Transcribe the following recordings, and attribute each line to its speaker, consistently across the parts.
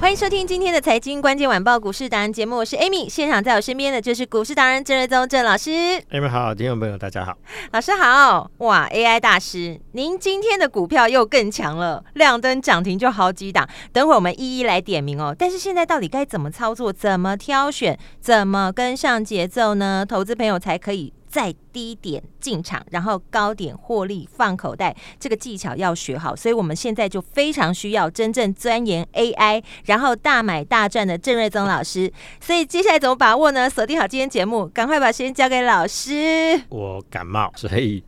Speaker 1: 欢迎收听今天的财经关键晚报股市达人节目，我是 Amy，现场在我身边的就是股市达人郑瑞宗郑老师，
Speaker 2: 哎，们好，听众朋友大家好。
Speaker 1: 老师好，哇，AI 大师，您今天的股票又更强了，亮灯涨停就好几档，等会我们一一来点名哦。但是现在到底该怎么操作，怎么挑选，怎么跟上节奏呢？投资朋友才可以。在低点进场，然后高点获利放口袋，这个技巧要学好。所以我们现在就非常需要真正钻研 AI，然后大买大赚的郑瑞宗老师。所以接下来怎么把握呢？锁定好今天节目，赶快把时间交给老师。
Speaker 2: 我感冒，所以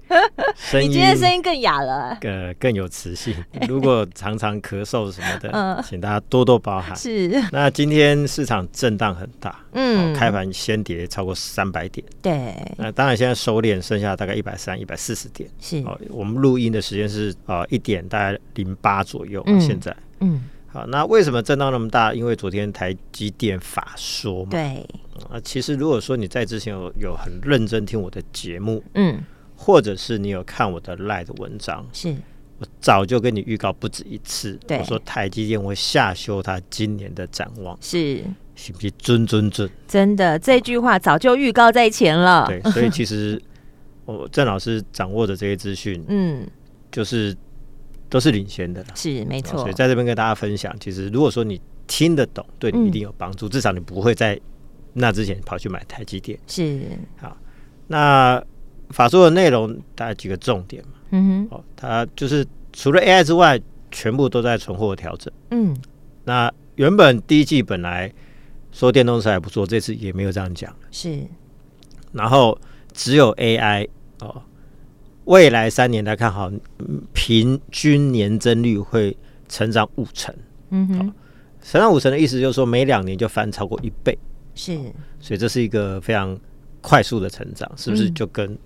Speaker 2: 声
Speaker 1: 你
Speaker 2: 音
Speaker 1: 今天声音更哑了，
Speaker 2: 呃更有磁性。如果常常咳嗽什么
Speaker 1: 嗯
Speaker 2: 的，请大家多多包
Speaker 1: 啊
Speaker 2: 涵。
Speaker 1: 是，
Speaker 2: 那今天市场震荡很大，哦
Speaker 1: 嗯，
Speaker 2: 开盘先跌超过三百点，
Speaker 1: 对，
Speaker 2: 那当然现在收敛，剩下大概一百三、一百四十点。
Speaker 1: 是，
Speaker 2: 哦，我们录音的时间是呃一点大概零八左右，
Speaker 1: 嗯
Speaker 2: 现在。
Speaker 1: 嗯，
Speaker 2: 好，那为什么震荡那么大？因为昨天台积电法说嘛。
Speaker 1: 对，
Speaker 2: 啊，其实如果说你在之前有有很认真听我的节目，
Speaker 1: 嗯，
Speaker 2: 或者是你有看我的赖的文章，
Speaker 1: 是，
Speaker 2: 我早就跟你预告不止一次，
Speaker 1: 对
Speaker 2: 我说台积电会下修它今年的展望，
Speaker 1: 是，
Speaker 2: 是不是准准准？
Speaker 1: 真的，这句话早就预告在前了。
Speaker 2: 对，所以其实我郑老师掌握的这些资讯，
Speaker 1: 嗯，
Speaker 2: 就是都是领先的啦。
Speaker 1: 是，没
Speaker 2: 啊所
Speaker 1: 错
Speaker 2: 以，在这边跟大家分享，其实如果说你听得懂，对
Speaker 1: 嗯
Speaker 2: 你一定有帮助，至少你不会在那之前跑去买台积电。
Speaker 1: 是，
Speaker 2: 那法说的内容大概几个重点嘛，
Speaker 1: 嗯哼，
Speaker 2: 哦，它就是除了 AI 之外，全部都在存货调整。
Speaker 1: 嗯，
Speaker 2: 那原本第一季本来说电动车还不错，这次也没有这样讲。
Speaker 1: 是，
Speaker 2: 然后只有 AI 哦，未来三年来看好，嗯平均年增率会成长五成。
Speaker 1: 嗯哼，
Speaker 2: 成长五成的意思就是说，每两年就翻超过一倍，
Speaker 1: 是，
Speaker 2: 所以这是一个非常快速的成长，是不是？
Speaker 1: 嗯
Speaker 2: 就跟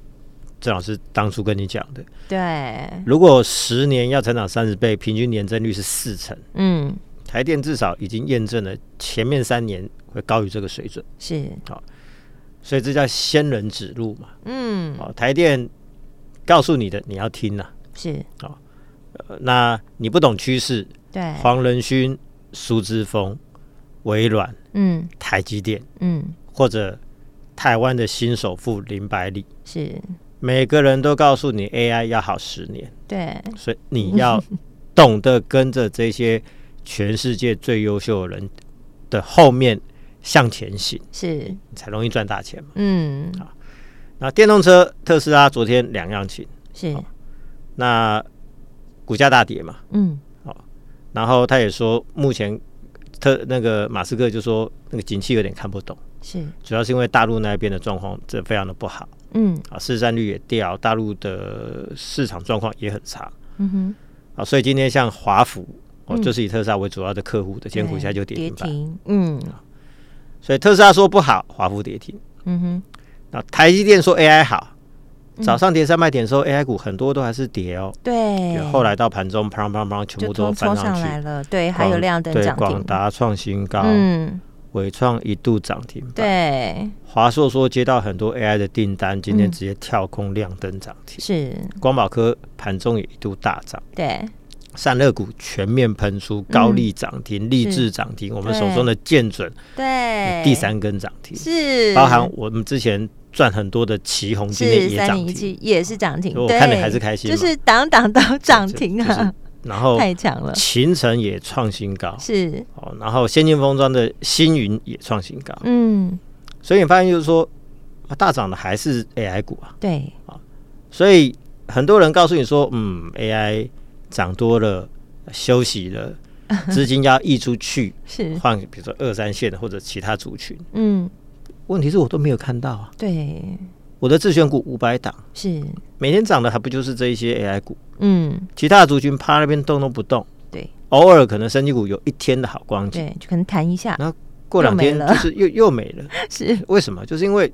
Speaker 2: 郑老师当初跟你讲的，
Speaker 1: 对，
Speaker 2: 如果十年要成长三十倍，平均年增率是四成，
Speaker 1: 嗯，
Speaker 2: 台电至少已经验证了前面三年会高于这个水准，
Speaker 1: 是，
Speaker 2: 所以这叫仙人指路嘛。
Speaker 1: 嗯，
Speaker 2: 哦，台电告诉你的你要听呐、
Speaker 1: 是，
Speaker 2: 呃那你不懂趋势，
Speaker 1: 对，
Speaker 2: 黄仁勋、苏之峰、微软、
Speaker 1: 嗯
Speaker 2: 台积电
Speaker 1: 嗯，
Speaker 2: 或者台湾的新首富林百里，
Speaker 1: 是，
Speaker 2: 每个人都告诉你 AI 要好十年，
Speaker 1: 对，
Speaker 2: 所以你要懂得跟着这些全世界最优秀的人的后面向前行，
Speaker 1: 是，
Speaker 2: 你才容易赚大钱嘛。
Speaker 1: 嗯，
Speaker 2: 那电动车特斯拉昨天两样情，
Speaker 1: 是，
Speaker 2: 那股价大跌嘛，
Speaker 1: 嗯，
Speaker 2: 然后他也说目前特那个马斯克就说那个景气有点看不懂，
Speaker 1: 是，
Speaker 2: 主要是因为大陆那边的状况这非常的不好
Speaker 1: 嗯
Speaker 2: 啊，市占率也掉，大陆的市场状况也很差。
Speaker 1: 嗯哼，
Speaker 2: 啊，所以今天像华府哦，
Speaker 1: 嗯
Speaker 2: 就是以特斯拉为主要的客户的，今天股价就
Speaker 1: 对
Speaker 2: 跌停板。
Speaker 1: 停，嗯
Speaker 2: 所以特斯拉说不好，华府跌停。
Speaker 1: 嗯哼，
Speaker 2: 那台积电说 AI 好，
Speaker 1: 嗯
Speaker 2: 早上跌三百点的时候，AI 股很多都还是跌哦。
Speaker 1: 对，
Speaker 2: 后来到盘中，砰砰砰，全
Speaker 1: 哎就
Speaker 2: 部都
Speaker 1: 冲冲
Speaker 2: 翻
Speaker 1: 上来
Speaker 2: 去。
Speaker 1: 了，对，还有
Speaker 2: 广
Speaker 1: 亮灯
Speaker 2: 对
Speaker 1: 涨
Speaker 2: 广
Speaker 1: 停，
Speaker 2: 达创新高，
Speaker 1: 嗯，
Speaker 2: 伟创一度涨停板。
Speaker 1: 对，
Speaker 2: 华硕说接到很多 AI 的订单，今天
Speaker 1: 嗯
Speaker 2: 直接跳空亮灯涨停。
Speaker 1: 是，
Speaker 2: 光宝科盘中也一度大涨。
Speaker 1: 对，
Speaker 2: 散热股全面喷出，高利涨停，立
Speaker 1: 嗯是
Speaker 2: 志涨停，我们
Speaker 1: 对
Speaker 2: 手中的建准
Speaker 1: 对，
Speaker 2: 第三根涨停，
Speaker 1: 是
Speaker 2: 包含我们之前赚很多的旗红，今天
Speaker 1: 是
Speaker 2: 也
Speaker 1: 三
Speaker 2: 涨
Speaker 1: 零一
Speaker 2: 停，
Speaker 1: 七也是涨停，
Speaker 2: 所以我
Speaker 1: 对
Speaker 2: 看了还是开心
Speaker 1: 就
Speaker 2: 嘛
Speaker 1: 是档档都涨停
Speaker 2: 就
Speaker 1: 啊，
Speaker 2: 是哦然后
Speaker 1: 太强了，
Speaker 2: 秦城也创新高，
Speaker 1: 是，
Speaker 2: 哦，然后先进封装的星云也创新高，
Speaker 1: 嗯，
Speaker 2: 所以你发现就是说，啊大涨的还是 AI 股啊，
Speaker 1: 对，
Speaker 2: 所以很多人告诉你说，嗯，AI 涨多了，休息 了，资金要溢出去，
Speaker 1: 是，
Speaker 2: 换比如说二三线的或者其他族群。
Speaker 1: 嗯，
Speaker 2: 问题是我都没有看到啊。
Speaker 1: 对，
Speaker 2: 我的自选股五百档，
Speaker 1: 是，
Speaker 2: 每天涨的还不就是这一些 AI 股，
Speaker 1: 嗯，
Speaker 2: 其他的族群趴那边动都不动，
Speaker 1: 对
Speaker 2: 偶尔可能生技股有一天的好光景，
Speaker 1: 对，就可能谈一下，
Speaker 2: 过两天
Speaker 1: 又没了
Speaker 2: 就是又又没了。
Speaker 1: 是，
Speaker 2: 为什么？就是因为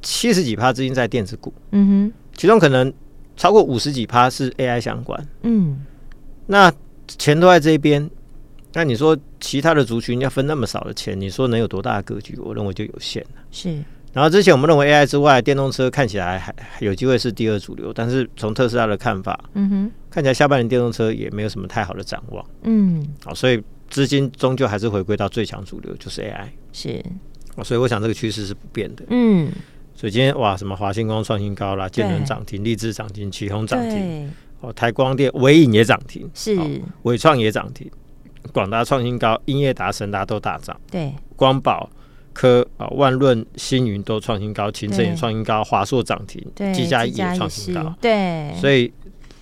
Speaker 2: 七十几趴资金在电子股，
Speaker 1: 嗯
Speaker 2: 其中可能超过五十几趴是 AI 相关，
Speaker 1: 哼，嗯，
Speaker 2: 那钱都在这边。那你说其他的族群要分那么少的钱，你说能有多大的格局？我认为就有限。
Speaker 1: 是，
Speaker 2: 然后之前我们认为 AI 之外，电动车看起来还还有机会是第二主流，但是从特斯拉的看法，
Speaker 1: 嗯哼，
Speaker 2: 看起来下半年电动车也没有什么太好的展望
Speaker 1: 嗯，
Speaker 2: 啊、哦所以资金终究还是回归到最强主流，就是 AI
Speaker 1: 是，
Speaker 2: 哦所以我想这个趋势是不变的。
Speaker 1: 嗯，
Speaker 2: 所以今天哇，什么华星光创新高啦，建能
Speaker 1: 对
Speaker 2: 涨停，立志涨停，启宏涨停，
Speaker 1: 对，
Speaker 2: 哦，台光电、伟影也涨停，哦
Speaker 1: 是，
Speaker 2: 伟创也涨停，广达创新高，英业达、神达都大涨，
Speaker 1: 对，
Speaker 2: 光宝。科啊、万润、星云都创新高，秦正也
Speaker 1: 对
Speaker 2: 创新高，华硕涨停，
Speaker 1: 对，
Speaker 2: 技嘉也
Speaker 1: 技嘉
Speaker 2: 创
Speaker 1: 是
Speaker 2: 新高，，
Speaker 1: 对，
Speaker 2: 所以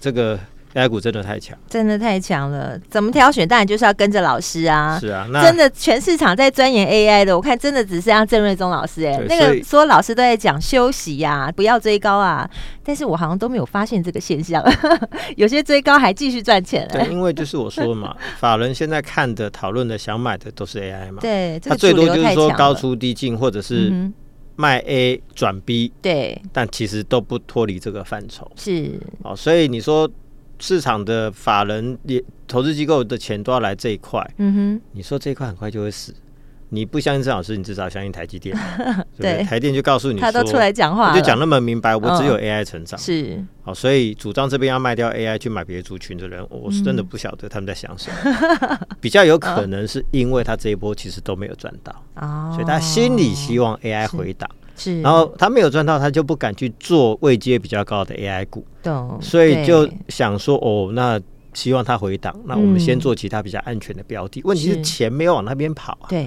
Speaker 2: 这个 AI 股真的太强。
Speaker 1: 真的太强了，怎么挑选？当然就是要跟着老师啊。
Speaker 2: 是啊，那
Speaker 1: 真的，全市场在钻研 AI 的，我看真的只剩下郑瑞宗老师哎、
Speaker 2: 对
Speaker 1: 那
Speaker 2: 所
Speaker 1: 个
Speaker 2: 以
Speaker 1: 所有老师都在讲休息呀、不要追高啊，但是我好像都没有发现这个现象， 有些追高还继续赚钱哎、
Speaker 2: 对，因为就是我 说嘛，法人现在看的、讨论的、想买的都是 AI 嘛。
Speaker 1: 对，这
Speaker 2: 他
Speaker 1: 个
Speaker 2: 最
Speaker 1: 主
Speaker 2: 多
Speaker 1: 流
Speaker 2: 就是
Speaker 1: 太
Speaker 2: 说
Speaker 1: 强
Speaker 2: 高
Speaker 1: 了。
Speaker 2: 出低进，或者
Speaker 1: 嗯
Speaker 2: 是
Speaker 1: 哼，
Speaker 2: 卖 A 转 B，
Speaker 1: 对，
Speaker 2: 但其实都不脱离这个范畴
Speaker 1: 是，
Speaker 2: 哦。所以你说市场的法人也投资机构的钱都要来这一块，
Speaker 1: 嗯
Speaker 2: 你说这一块很快就会死。你不相信郑老师，你至少相信台积 电嘛，对不
Speaker 1: 对
Speaker 2: 对？台电就告诉
Speaker 1: 哼，
Speaker 2: 你
Speaker 1: 他
Speaker 2: 说，
Speaker 1: 都出来讲话
Speaker 2: 我
Speaker 1: 了，
Speaker 2: 就讲那么明白，我只有
Speaker 1: 嗯
Speaker 2: AI 成长。
Speaker 1: 是，
Speaker 2: 好，所以主张这边要卖掉 AI 去买别的族群的人，我是真
Speaker 1: 嗯
Speaker 2: 的不晓得他们在想什么。 比较有可能是因为他这一波其实都没有赚到，
Speaker 1: 哦，
Speaker 2: 所以他心里希望 AI
Speaker 1: 是
Speaker 2: 回档，
Speaker 1: 是，
Speaker 2: 然后他没有赚到，他就不敢去做位阶比较高的 AI 股，
Speaker 1: 懂，
Speaker 2: 所以
Speaker 1: 哦对
Speaker 2: 就想说哦，那希望它回档，那我们
Speaker 1: 嗯
Speaker 2: 先做其他比较安全的标的。问题
Speaker 1: 是
Speaker 2: 是钱没有往那边跑啊。
Speaker 1: 对，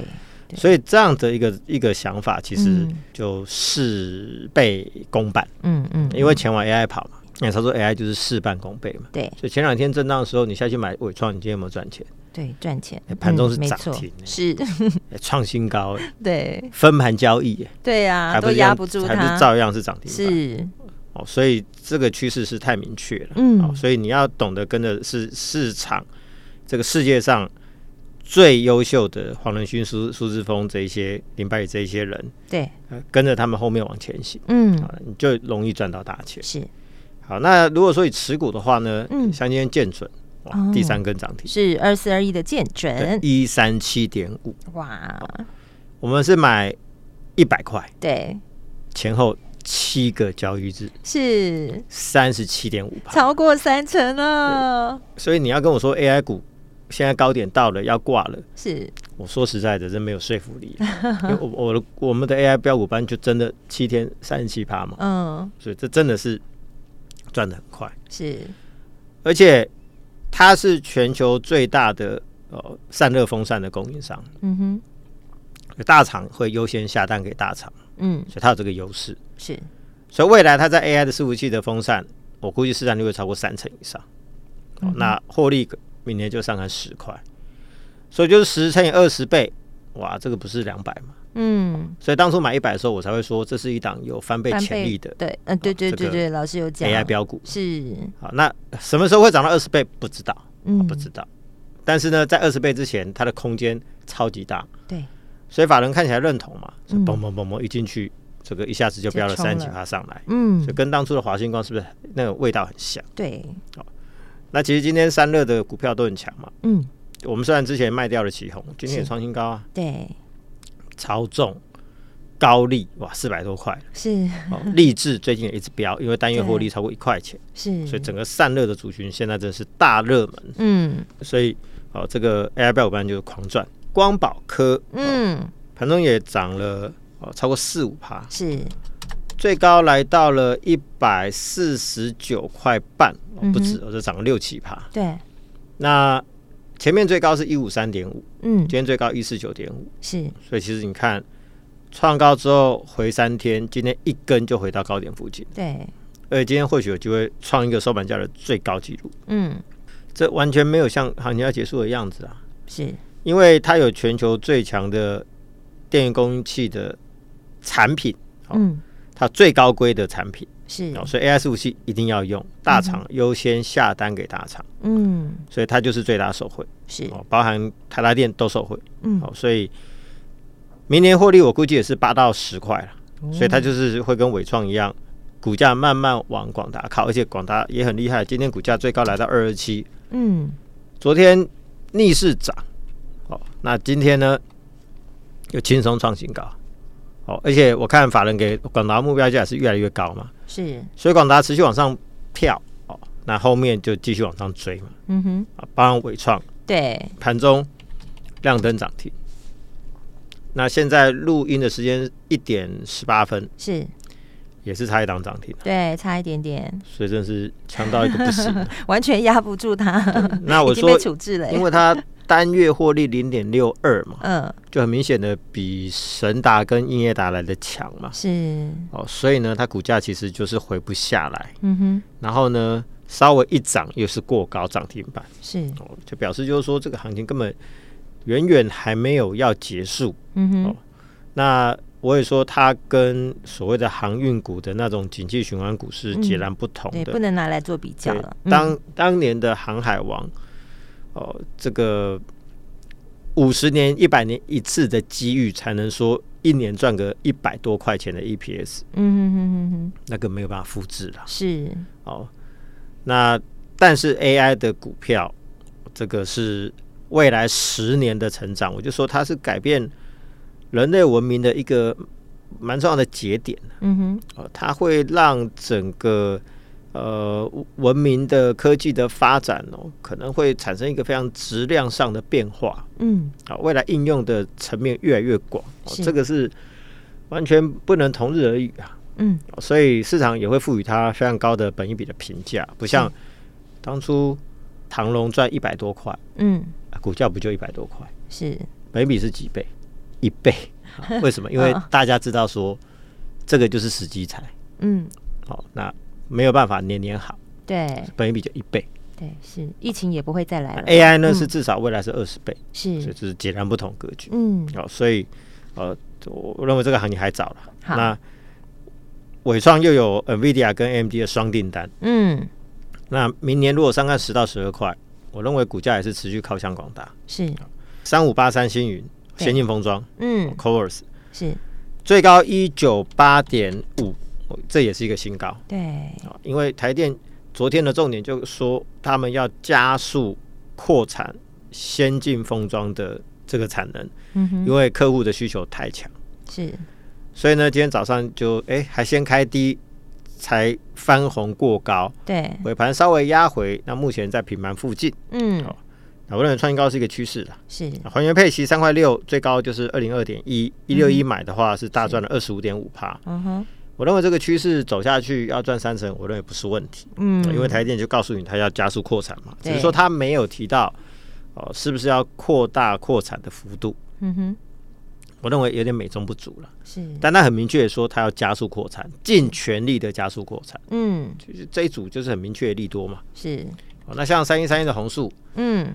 Speaker 1: 对
Speaker 2: 所以这样的一个一个想法，其实
Speaker 1: 嗯
Speaker 2: 就事倍功半，
Speaker 1: 嗯嗯，
Speaker 2: 因为钱往 AI 跑嘛，那他说 AI 就是事半功倍嘛。
Speaker 1: 对
Speaker 2: 所以前两天震荡的时候，你下去买伟创，你今天有没有赚钱？
Speaker 1: 对赚钱
Speaker 2: 哎，盘中是
Speaker 1: 嗯没
Speaker 2: 涨
Speaker 1: 错
Speaker 2: 停哎
Speaker 1: 是，
Speaker 2: 哎创新高，哎
Speaker 1: 对
Speaker 2: 分盘交易，哎
Speaker 1: 对啊，
Speaker 2: 还不
Speaker 1: 都
Speaker 2: 是一样
Speaker 1: 压不住
Speaker 2: 还不
Speaker 1: 它
Speaker 2: 是，照样是涨停板。
Speaker 1: 是
Speaker 2: 哦，所以这个趋势是太明确了。
Speaker 1: 嗯
Speaker 2: 哦，所以你要懂得跟着市市场，这个世界上最优秀的黄仁勋、苏苏志峰这一些林百里这一些人，
Speaker 1: 对，
Speaker 2: 呃跟着他们后面往前行
Speaker 1: 嗯
Speaker 2: 啊，你就容易赚到大钱。
Speaker 1: 是
Speaker 2: 好，那如果说你持股的话呢，
Speaker 1: 嗯
Speaker 2: 像今天建准，哇，
Speaker 1: 哦
Speaker 2: 第三根涨停，
Speaker 1: 是二四二一的见
Speaker 2: 对
Speaker 1: 准，，
Speaker 2: 一三七点五，
Speaker 1: 哇，
Speaker 2: 我们是买一百块，
Speaker 1: 对，
Speaker 2: 前后七个交易日，
Speaker 1: 是
Speaker 2: 三十七点五趴。
Speaker 1: 超过三成了，
Speaker 2: 所以你要跟我说 AI 股现在高点到了要挂了，
Speaker 1: 是
Speaker 2: 我说实在的，真没有说服力，因为我我的我们的 AI 标股班就真的七天三十七趴嘛，
Speaker 1: 嗯
Speaker 2: 所以这真的是赚的很快，
Speaker 1: 是
Speaker 2: 而且它是全球最大的呃散热风扇的供应商。
Speaker 1: 嗯哼
Speaker 2: 大厂会优先下单给大厂，
Speaker 1: 嗯
Speaker 2: 所以它有这个优势。
Speaker 1: 是
Speaker 2: 所以未来它在 AI 的伺服器的风扇，我估计市占率会超过三成以上。哦
Speaker 1: 嗯
Speaker 2: 那获利明年就上看十块，所以就是十乘以二十倍，哇，这个不是两百嘛？
Speaker 1: 嗯
Speaker 2: 所以当初买一百的时候，我才会说这是一档有翻倍
Speaker 1: 翻
Speaker 2: 潜
Speaker 1: 倍
Speaker 2: 力的
Speaker 1: 对，嗯对
Speaker 2: 哦
Speaker 1: 对
Speaker 2: 这
Speaker 1: 对
Speaker 2: 个
Speaker 1: 对，老师有讲
Speaker 2: AI 标股。
Speaker 1: 是
Speaker 2: 好，那什么时候会涨到二十倍？不知道，
Speaker 1: 嗯
Speaker 2: 啊不知道。但是呢，在二十倍之前，它的空间超级大，
Speaker 1: 对
Speaker 2: 所以法人看起来认同嘛，所以
Speaker 1: 嗯
Speaker 2: 嘣嘣嘣嘣一进去，这个一下子就飙了
Speaker 1: 就冲
Speaker 2: 三
Speaker 1: 了
Speaker 2: 几趴上来，
Speaker 1: 嗯
Speaker 2: 所以跟当初的华星光是不是那个味道很像？
Speaker 1: 对
Speaker 2: 那其实今天散热的股票都很强嘛，
Speaker 1: 嗯
Speaker 2: 我们虽然之前卖掉了旗红，今天也
Speaker 1: 是
Speaker 2: 创新高啊，
Speaker 1: 对
Speaker 2: 超重。高利哇，四百 多块
Speaker 1: 是
Speaker 2: 哦！立志最近也一直飙，因为单月获利超过一块钱，
Speaker 1: 是，
Speaker 2: 所以整个散热的族群现在真的是大热门，
Speaker 1: 嗯
Speaker 2: 所以哦，这个 AI 标股班就是狂赚。光宝科
Speaker 1: 嗯
Speaker 2: 盘中也涨了哦，超过四五趴，
Speaker 1: 是
Speaker 2: 最高来到了一百四十九块半，哦
Speaker 1: 嗯哼
Speaker 2: 不止，哦，这涨了六七趴。
Speaker 1: 对
Speaker 2: 那前面最高是一五三点五，
Speaker 1: 嗯
Speaker 2: 今天最高一四九点五，
Speaker 1: 是
Speaker 2: 所以其实你看创高之后回三天，今天一根就回到高点附近，
Speaker 1: 对
Speaker 2: 而且今天或许有机会创一个收盘价的最高纪录，
Speaker 1: 嗯
Speaker 2: 这完全没有像行情要结束的样子啊，
Speaker 1: 是
Speaker 2: 因为它有全球最强的电源供应器的产品，好
Speaker 1: 嗯，
Speaker 2: 它最高规的产品，
Speaker 1: 是，
Speaker 2: 哦，所以 AI 伺服器一定要用，大厂优先下单给大厂，
Speaker 1: 嗯，
Speaker 2: 所以它就是最大受惠，
Speaker 1: 是，
Speaker 2: 哦，包含台达电都受惠，
Speaker 1: 嗯
Speaker 2: 好、所以明年获利我估计也是八到十块了，所以它就是会跟伟创一样，股价慢慢往广达靠，而且广达也很厉害，今天股价最高来到二二七，
Speaker 1: 嗯，
Speaker 2: 昨天逆势涨，哦，那今天呢又轻松创新高，哦，而且我看法人给广达目标价也是越来越高嘛，
Speaker 1: 是，
Speaker 2: 所以广达持续往上跳，哦，那后面就继续往上追嘛，
Speaker 1: 嗯哼，
Speaker 2: 啊，包含伟创
Speaker 1: 对，
Speaker 2: 盘中亮灯涨停。那现在录音的时间一点十八分，
Speaker 1: 是，
Speaker 2: 也是差一档涨停，
Speaker 1: 对，差一点点，
Speaker 2: 所以真是强到一个不行。
Speaker 1: 完全压不住他，
Speaker 2: 那我
Speaker 1: 已经被
Speaker 2: 说，
Speaker 1: 处置了，
Speaker 2: 因为它单月获利零点六二嘛，
Speaker 1: 嗯，
Speaker 2: 就很明显的比神达跟英业达来的强嘛。
Speaker 1: 是，
Speaker 2: 哦，所以呢，它股价其实就是回不下来，
Speaker 1: 嗯哼，
Speaker 2: 然后呢，稍微一涨又是过高涨停板，
Speaker 1: 是，
Speaker 2: 哦，就表示就是说这个行情根本远远还没有要结束。
Speaker 1: 嗯哼
Speaker 2: 哦，那我也说它跟所谓的航运股的那种景气循环股是截然不同
Speaker 1: 嗯对，
Speaker 2: 的。
Speaker 1: 不能拿来做比较
Speaker 2: 对
Speaker 1: 了，嗯
Speaker 2: 当当年的航海王，哦，这个五十年、一百年一次的机遇，才能说一年赚个一百多块钱的 EPS，
Speaker 1: 嗯哼哼哼哼，
Speaker 2: 那个没有办法复制了。
Speaker 1: 是，
Speaker 2: 哦，那但是 AI 的股票，这个是未来十年的成长，我就说它是改变人类文明的一个蛮重要的节点。
Speaker 1: 嗯哼，
Speaker 2: 哦，它会让整个呃文明的科技的发展哦，可能会产生一个非常质量上的变化
Speaker 1: 嗯，
Speaker 2: 啊、未来应用的层面越来越广、哦
Speaker 1: 是
Speaker 2: 这个是完全不能同日而语啊。
Speaker 1: 嗯，
Speaker 2: 哦所以市场也会赋予它非常高的本益比的评价，不像当初唐龙赚一百多块，
Speaker 1: 嗯，
Speaker 2: 啊股价不就一百多块，
Speaker 1: 是，
Speaker 2: 本益比是几倍？一倍、 啊为什么？因为大家知道说这个就是时机财。
Speaker 1: 嗯，
Speaker 2: 好、那没有办法年年好，
Speaker 1: 对，
Speaker 2: 本益比就一倍。
Speaker 1: 对，是，疫情也不会再来
Speaker 2: 那
Speaker 1: 了
Speaker 2: AI 呢、
Speaker 1: 嗯
Speaker 2: 是至少未来是二十倍，所以
Speaker 1: 是，
Speaker 2: 这哎是截然不同格局。
Speaker 1: 嗯，
Speaker 2: 好、哦所以呃，我我认为这个行情还早了。
Speaker 1: 好
Speaker 2: 那伟创又有 NVIDIA 跟 AMD 的双订单，
Speaker 1: 嗯，
Speaker 2: 那明年如果上看十到十二块，我认为股价也是持续靠向广达。
Speaker 1: 是，
Speaker 2: 三五八三星云、
Speaker 1: 对
Speaker 2: 先进封装、
Speaker 1: 嗯，
Speaker 2: c o r s
Speaker 1: 是，
Speaker 2: 最高一九八点五，哦这也是一个新高。
Speaker 1: 对，
Speaker 2: 啊，因为台电昨天的重点就说他们要加速扩产先进封装的这个产能，
Speaker 1: 嗯哼，
Speaker 2: 因为客户的需求太强，
Speaker 1: 是，
Speaker 2: 所以呢，今天早上就哎、还先开低，才翻红过高，
Speaker 1: 对，
Speaker 2: 尾盘稍微压回，那目前在平盘附近。
Speaker 1: 嗯，
Speaker 2: 好那我认为创新高是一个趋势啦。
Speaker 1: 是，
Speaker 2: 那还原配息三块六，最高就是二零二点一，一六一买的话是大赚了二十五点五趴。
Speaker 1: 嗯哼，
Speaker 2: 我认为这个趋势走下去要赚三成，我认为不是问题。
Speaker 1: 嗯，
Speaker 2: 因为台电就告诉你它要加速扩产嘛，只
Speaker 1: 对
Speaker 2: 是说它没有提到哦、是不是要扩大扩产的幅度，
Speaker 1: 嗯哼，
Speaker 2: 我认为有点美中不足了。
Speaker 1: 是，
Speaker 2: 但它很明确地说它要加速扩产，尽全力的加速扩产，
Speaker 1: 嗯，
Speaker 2: 就是这一组就是很明确的利多嘛。
Speaker 1: 是，
Speaker 2: 哦，那像三一三一的红树，
Speaker 1: 嗯，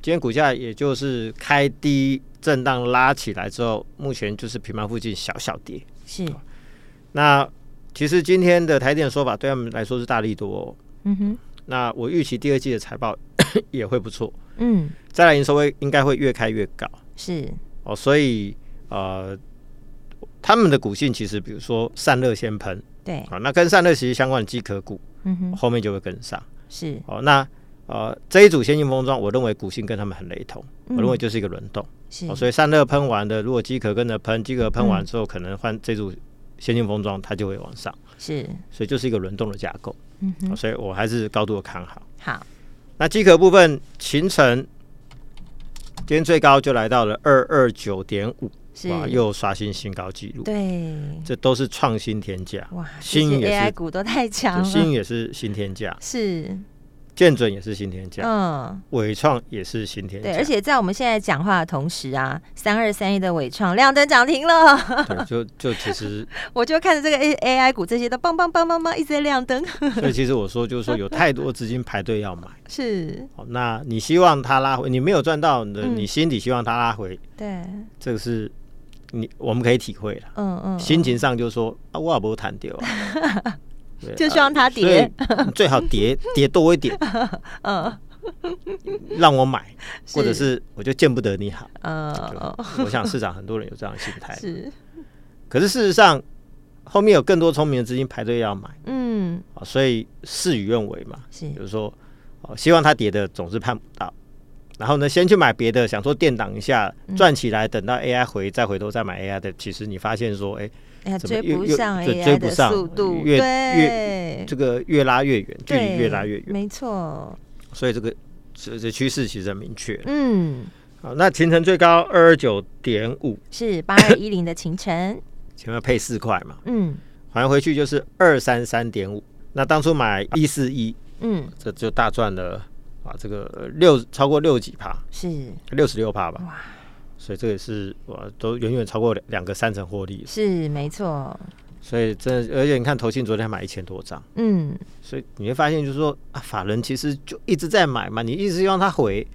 Speaker 2: 今天股价也就是开低震荡拉起来之后，目前就是平盘附近小小跌。
Speaker 1: 是，
Speaker 2: 那其实今天的台电的说法对他们来说是大力多、哦，
Speaker 1: 嗯哼，
Speaker 2: 那我预期第二季的财报 也会不错。
Speaker 1: 嗯，
Speaker 2: 再来营收会应该会越开越高
Speaker 1: 是，
Speaker 2: 哦，所以呃，他们的股性其实比如说散热先喷
Speaker 1: 对，
Speaker 2: 啊、那跟散热息息相关的机壳股
Speaker 1: 嗯哼，
Speaker 2: 后面就会跟上
Speaker 1: 是，
Speaker 2: 哦。那呃这一组先进封装，我认为股性跟他们很雷同，我认为就是一个轮动、
Speaker 1: 嗯是嗯
Speaker 2: 哦，，所以散热喷完的，如果机壳跟着喷，机壳喷完之后可能换这组先进封装，它就会往上，
Speaker 1: 是，
Speaker 2: 所以就是一个轮动的架构，
Speaker 1: 嗯
Speaker 2: 哦
Speaker 1: 哼，
Speaker 2: 所以我还是高度的看好。
Speaker 1: 好，
Speaker 2: 那机壳部分，秦晨今天最高就来到了二二九点五，
Speaker 1: 是，
Speaker 2: 哇，又刷新新高纪录，
Speaker 1: 对，
Speaker 2: 这都是创新天价，
Speaker 1: 哇，这
Speaker 2: 新
Speaker 1: 些
Speaker 2: 也
Speaker 1: AI
Speaker 2: 是，
Speaker 1: 股都太强
Speaker 2: 对新
Speaker 1: 了，
Speaker 2: 也是新天价，
Speaker 1: 是，
Speaker 2: 建准也是新天价，
Speaker 1: 嗯。
Speaker 2: 伟创也是新天价，
Speaker 1: 对，而且在我们现在讲话的同时啊，三二三一的伟创亮灯涨停了，
Speaker 2: 对就就其实，
Speaker 1: 我就看着这个 A A I 股这些都棒棒棒棒棒一直在亮灯，
Speaker 2: 所以其实我说就是说有太多资金排队要买，
Speaker 1: 是
Speaker 2: 哦那你希望它拉回，你没有赚到，你的
Speaker 1: 嗯
Speaker 2: 你心底希望它拉回，
Speaker 1: 对，
Speaker 2: 这个是你我们可以体会了。
Speaker 1: 嗯嗯，
Speaker 2: 心情上就说啊，我也不谈掉啊， 对
Speaker 1: 就
Speaker 2: 啊
Speaker 1: 希望它
Speaker 2: 所以
Speaker 1: 跌
Speaker 2: 最好跌 跌多一点，
Speaker 1: 嗯
Speaker 2: 让我买，或
Speaker 1: 是
Speaker 2: 者是我就见不得你好。
Speaker 1: 嗯
Speaker 2: 就
Speaker 1: 嗯，
Speaker 2: 我想市场很多人有这样的心态，
Speaker 1: 是，
Speaker 2: 可是事实上后面有更多聪明的资金排队要买
Speaker 1: 嗯
Speaker 2: 啊，所以事与愿违嘛，
Speaker 1: 是
Speaker 2: 比如说哦，希望它跌的总是盼不到。然后呢，先去买别的，想说垫挡一下，
Speaker 1: 嗯
Speaker 2: 赚起来，等到 AI 回再回头再买 AI 的。其实你发现说，哎，
Speaker 1: 哎呀，
Speaker 2: 怎
Speaker 1: 追
Speaker 2: 么又
Speaker 1: 不
Speaker 2: 又
Speaker 1: 上
Speaker 2: 对追
Speaker 1: AI
Speaker 2: 不
Speaker 1: 的
Speaker 2: 上
Speaker 1: 速度，
Speaker 2: 越
Speaker 1: 对
Speaker 2: 越，这个越拉越远，距离
Speaker 1: 对
Speaker 2: 越拉越远，
Speaker 1: 没错，
Speaker 2: 所以这个这这趋势其实很明确。
Speaker 1: 嗯，
Speaker 2: 好，那秦城最高二二九点五，
Speaker 1: 是八二一零的秦晨，
Speaker 2: 前面配四块嘛，
Speaker 1: 嗯
Speaker 2: 还回去就是二三三点五。那当初买一四一，
Speaker 1: 嗯，
Speaker 2: 这就大赚了啊，这个六超过六几趴，
Speaker 1: 是
Speaker 2: 六十六趴吧
Speaker 1: 哇。
Speaker 2: 所以这也是哇，都远远超过两两个三成获利。
Speaker 1: 是没错，
Speaker 2: 所以真的，而且你看投信昨天还买一千多张，
Speaker 1: 嗯，
Speaker 2: 所以你会发现就是说啊，法人其实就一直在买嘛，你一直让 他回，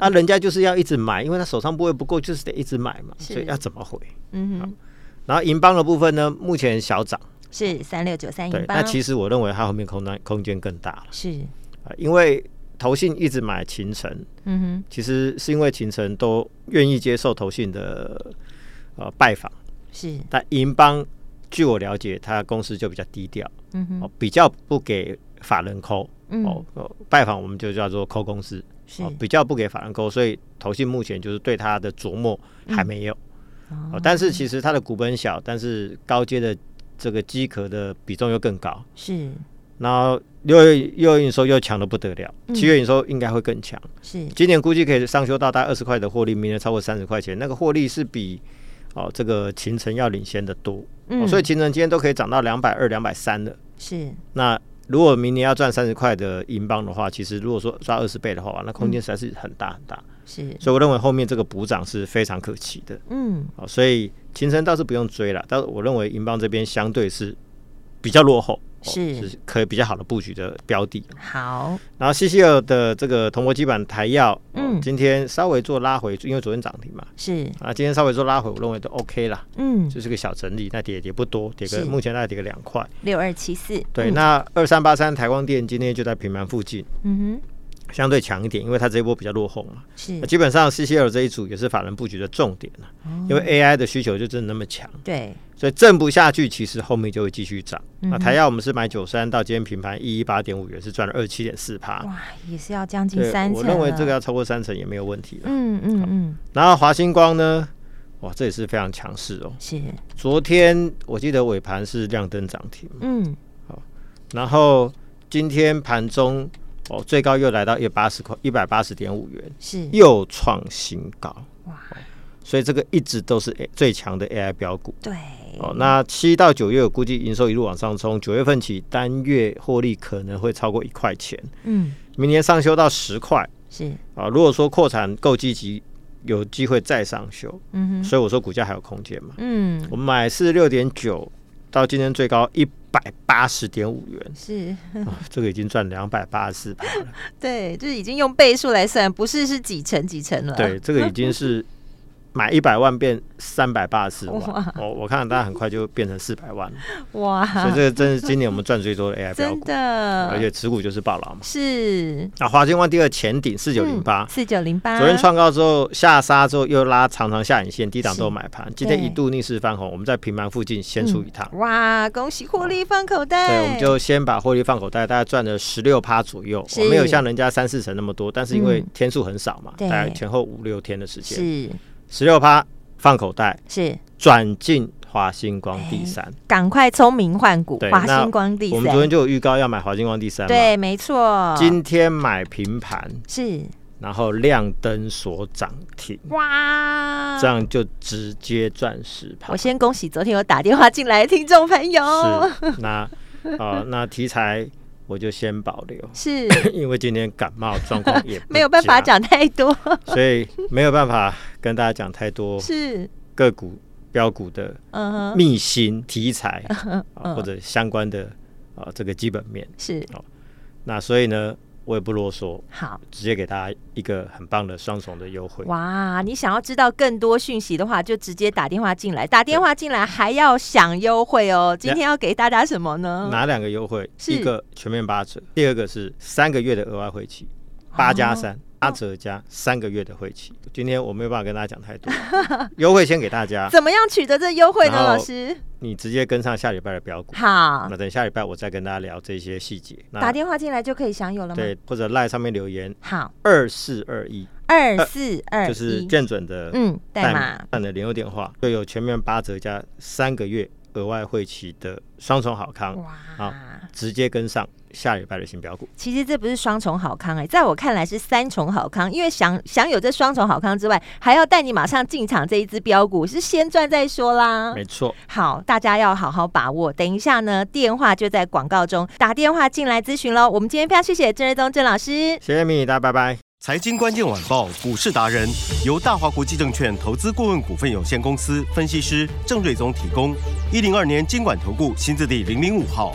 Speaker 2: 啊，人家就是要一直买，因为他手上部位不够，就是得一直买嘛，
Speaker 1: 是
Speaker 2: 所以要怎么回？
Speaker 1: 嗯哼，
Speaker 2: 然后银邦的部分呢，目前小涨，
Speaker 1: 是三六九三
Speaker 2: 对
Speaker 1: 哎银，
Speaker 2: 那
Speaker 1: 邦，
Speaker 2: 其实我认为它后面空间空间更大了、
Speaker 1: 是，
Speaker 2: 啊因为投信一直买秦城，
Speaker 1: 嗯
Speaker 2: 其实是因为秦城都愿意接受投信的呃拜访，
Speaker 1: 哼，是，
Speaker 2: 但银邦据我了解，它公司就比较低调，
Speaker 1: 嗯
Speaker 2: 哦
Speaker 1: 哼，，
Speaker 2: 比较不给法人抠，哦
Speaker 1: 嗯，
Speaker 2: 哦拜访我们就叫做抠公司，
Speaker 1: 是
Speaker 2: 哦，，比较不给法人抠，所以投信目前就是对它的琢磨还没有。
Speaker 1: 嗯
Speaker 2: 哦，但是其实它的股本小，但是高阶的这个机壳的比重又更高，
Speaker 1: 是
Speaker 2: 然后六月六月营收又强的不得了，
Speaker 1: 嗯
Speaker 2: 七月营收应该会更强。
Speaker 1: 是，
Speaker 2: 今年估计可以上修到大概二十块的获利，明年超过三十块钱，那个获利是比哦这个秦城要领先的多，哦、
Speaker 1: 嗯，
Speaker 2: 所以秦城今天都可以涨到两百二、两百三了。
Speaker 1: 是，
Speaker 2: 那如果明年要赚三十块的银邦的话，其实如果说抓二十倍的话，那空间实在是很大很大，
Speaker 1: 是，
Speaker 2: 所以我认为后面这个补涨是非常可期的。
Speaker 1: 嗯，
Speaker 2: 哦，所以秦城倒是不用追了，但是我认为银邦这边相对是比较落后，哦
Speaker 1: 是
Speaker 2: 是可以比较好的布局的标的。
Speaker 1: 好，
Speaker 2: 然后西西尔的这个铜箔基板台药，哦
Speaker 1: 嗯
Speaker 2: 今天稍微做拉回，因为昨天涨停嘛，
Speaker 1: 是，
Speaker 2: 啊，今天稍微做拉回，我认为都 OK 啦，
Speaker 1: 嗯，
Speaker 2: 就是个小整理，那跌也不多，跌
Speaker 1: 是
Speaker 2: 个目前大概跌个两块。
Speaker 1: 六二七四，
Speaker 2: 对，
Speaker 1: 嗯
Speaker 2: 那二三八三台光电今天就在平盘附近，
Speaker 1: 嗯
Speaker 2: 相对强一点，因为它这一波比较落后嘛。
Speaker 1: 哼，是
Speaker 2: 那，基本上 CCL 这一组也是法人布局的重点了、
Speaker 1: 哦
Speaker 2: 因为 AI 的需求就真的那么强。
Speaker 1: 对，
Speaker 2: 所以震不下去，其实后面就会继续涨。
Speaker 1: 嗯
Speaker 2: 那
Speaker 1: 哼
Speaker 2: 台药我们是买九三到今天平盘一一八点五元，是赚了二七点四趴。
Speaker 1: 哇，也是要将近
Speaker 2: 啊对
Speaker 1: 三，
Speaker 2: 我
Speaker 1: 成
Speaker 2: 认为这个
Speaker 1: 了，
Speaker 2: 要超过三成也没有问题了。
Speaker 1: 嗯嗯嗯，
Speaker 2: 然后华星光呢，哇，这也是非常强势哦。
Speaker 1: 是，
Speaker 2: 昨天我记得尾盘是亮灯涨停，
Speaker 1: 嗯，
Speaker 2: 然后今天盘中哦最高又来到一八十块一百八十点五元，
Speaker 1: 是，
Speaker 2: 又创新高。
Speaker 1: 哇，
Speaker 2: 所以这个一直都是 A- 最强的 AI 标股。
Speaker 1: 对，
Speaker 2: 哦，那七到九月我估计营收一路往上冲，九月份起单月获利可能会超过一块钱，
Speaker 1: 嗯，
Speaker 2: 明年上修到十块
Speaker 1: 是，
Speaker 2: 啊。如果说扩产够积极，有机会再上修，
Speaker 1: 嗯哼，
Speaker 2: 所以我说股价还有空间嘛。
Speaker 1: 嗯，
Speaker 2: 我们买四十六点九，到今天最高一百八十点五元、
Speaker 1: 是。
Speaker 2: 啊，这个已经赚两百八十 四趴了。
Speaker 1: 对，就是已经用倍数来算，不是是几成几成了。
Speaker 2: 对，，这个已经是买一百万变三百八十四万，我、我看大家很快就变成四百 万了。所以
Speaker 1: 哇，
Speaker 2: 这个真是今年我们赚最多的 AI 标
Speaker 1: 真
Speaker 2: 股，
Speaker 1: 的，
Speaker 2: 而且持股就是暴牢嘛。
Speaker 1: 是嗯
Speaker 2: 那啊华金光第二前顶四九零八，
Speaker 1: 四九零八，
Speaker 2: 昨天创高之后下杀之后又拉长长下影线，低档
Speaker 1: 是
Speaker 2: 都有买盘，今天
Speaker 1: 对
Speaker 2: 一度逆势翻红，我们在平盘附近先出一趟。
Speaker 1: 哇，恭喜获利放口
Speaker 2: 对，
Speaker 1: 袋，
Speaker 2: 我们就先把获利放口袋，大概赚了十六趴左右，
Speaker 1: 是
Speaker 2: 我没有像人家三四成那么多，但是因为
Speaker 1: 嗯
Speaker 2: 天数很少嘛，
Speaker 1: 对
Speaker 2: 大概前后五六天的时间，
Speaker 1: 是
Speaker 2: 十六趴放口袋
Speaker 1: 是
Speaker 2: 转进华星光第三。
Speaker 1: 赶快聪明换股，
Speaker 2: 对
Speaker 1: 华
Speaker 2: 那
Speaker 1: 星光哎第
Speaker 2: 我
Speaker 1: 三，
Speaker 2: 们昨天就有预告要买华星光第三嘛，
Speaker 1: 对，没错，
Speaker 2: 今天买平盘，
Speaker 1: 是
Speaker 2: 然后亮灯所涨停，
Speaker 1: 哇，
Speaker 2: 这样就直接赚十趴
Speaker 1: 啊我。先哦恭喜昨天有打电话进来的听众朋友，，
Speaker 2: 是，那啊、呃那题材我就先保留
Speaker 1: 是
Speaker 2: 因为今天感冒状况也不
Speaker 1: 没有办法
Speaker 2: 佳，
Speaker 1: 讲太多，
Speaker 2: 所以没有办法跟大家讲太多
Speaker 1: 是，
Speaker 2: 个股标股的
Speaker 1: 嗯哼，
Speaker 2: 秘辛题材、啊或者相关的啊、呃这个基本面。
Speaker 1: 是
Speaker 2: 那所以呢，我也不啰嗦，
Speaker 1: 好
Speaker 2: 直接给大家一个很棒的双重的优惠。
Speaker 1: 哇，你想要知道更多讯息的话，就直接打电话进来。打电话进来还要享优惠哦。今天要给大家什么呢？
Speaker 2: 哪两个优惠？
Speaker 1: 是
Speaker 2: 一个全面八折，第二个是三个月的额外会期，八
Speaker 1: 哦
Speaker 2: 加三。八折加三个月的会期，今天我没有办法跟大家讲太多， 优惠先给大家，
Speaker 1: 怎么样取得这优惠呢？
Speaker 2: 然后
Speaker 1: 老师，
Speaker 2: 你直接跟上下礼拜的标股。
Speaker 1: 好，
Speaker 2: 那等下礼拜我再跟大家聊这些细节。那
Speaker 1: 打电话进来就可以享有了吗？
Speaker 2: 对，或者赖上面留言
Speaker 1: 好，
Speaker 2: 二四二一，
Speaker 1: 二四二
Speaker 2: 就是
Speaker 1: 一，
Speaker 2: 建准的
Speaker 1: 嗯，代码
Speaker 2: 办的联络电话，就有全面八折加三个月额外会期的双重好康，
Speaker 1: 哦
Speaker 2: 好
Speaker 1: 哇。
Speaker 2: 直接跟上下礼拜的新标股。
Speaker 1: 其实这不是双重好康哎、在我看来是三重好康，因为享享有这双重好康之外，还要带你马上进场这一只标股，是先赚再说啦。
Speaker 2: 没错，
Speaker 1: 好，大家要好好把握。等一下呢，电话就在广告中，打电话进来咨询喽。我们今天非常谢谢郑瑞宗郑老师。
Speaker 2: 谢谢米米大，拜拜。
Speaker 3: 财经关键晚报股市达人由大华国际证券投资顾问股份有限公司分析师郑瑞宗提供。一零二年经管投顾新字第零零五号。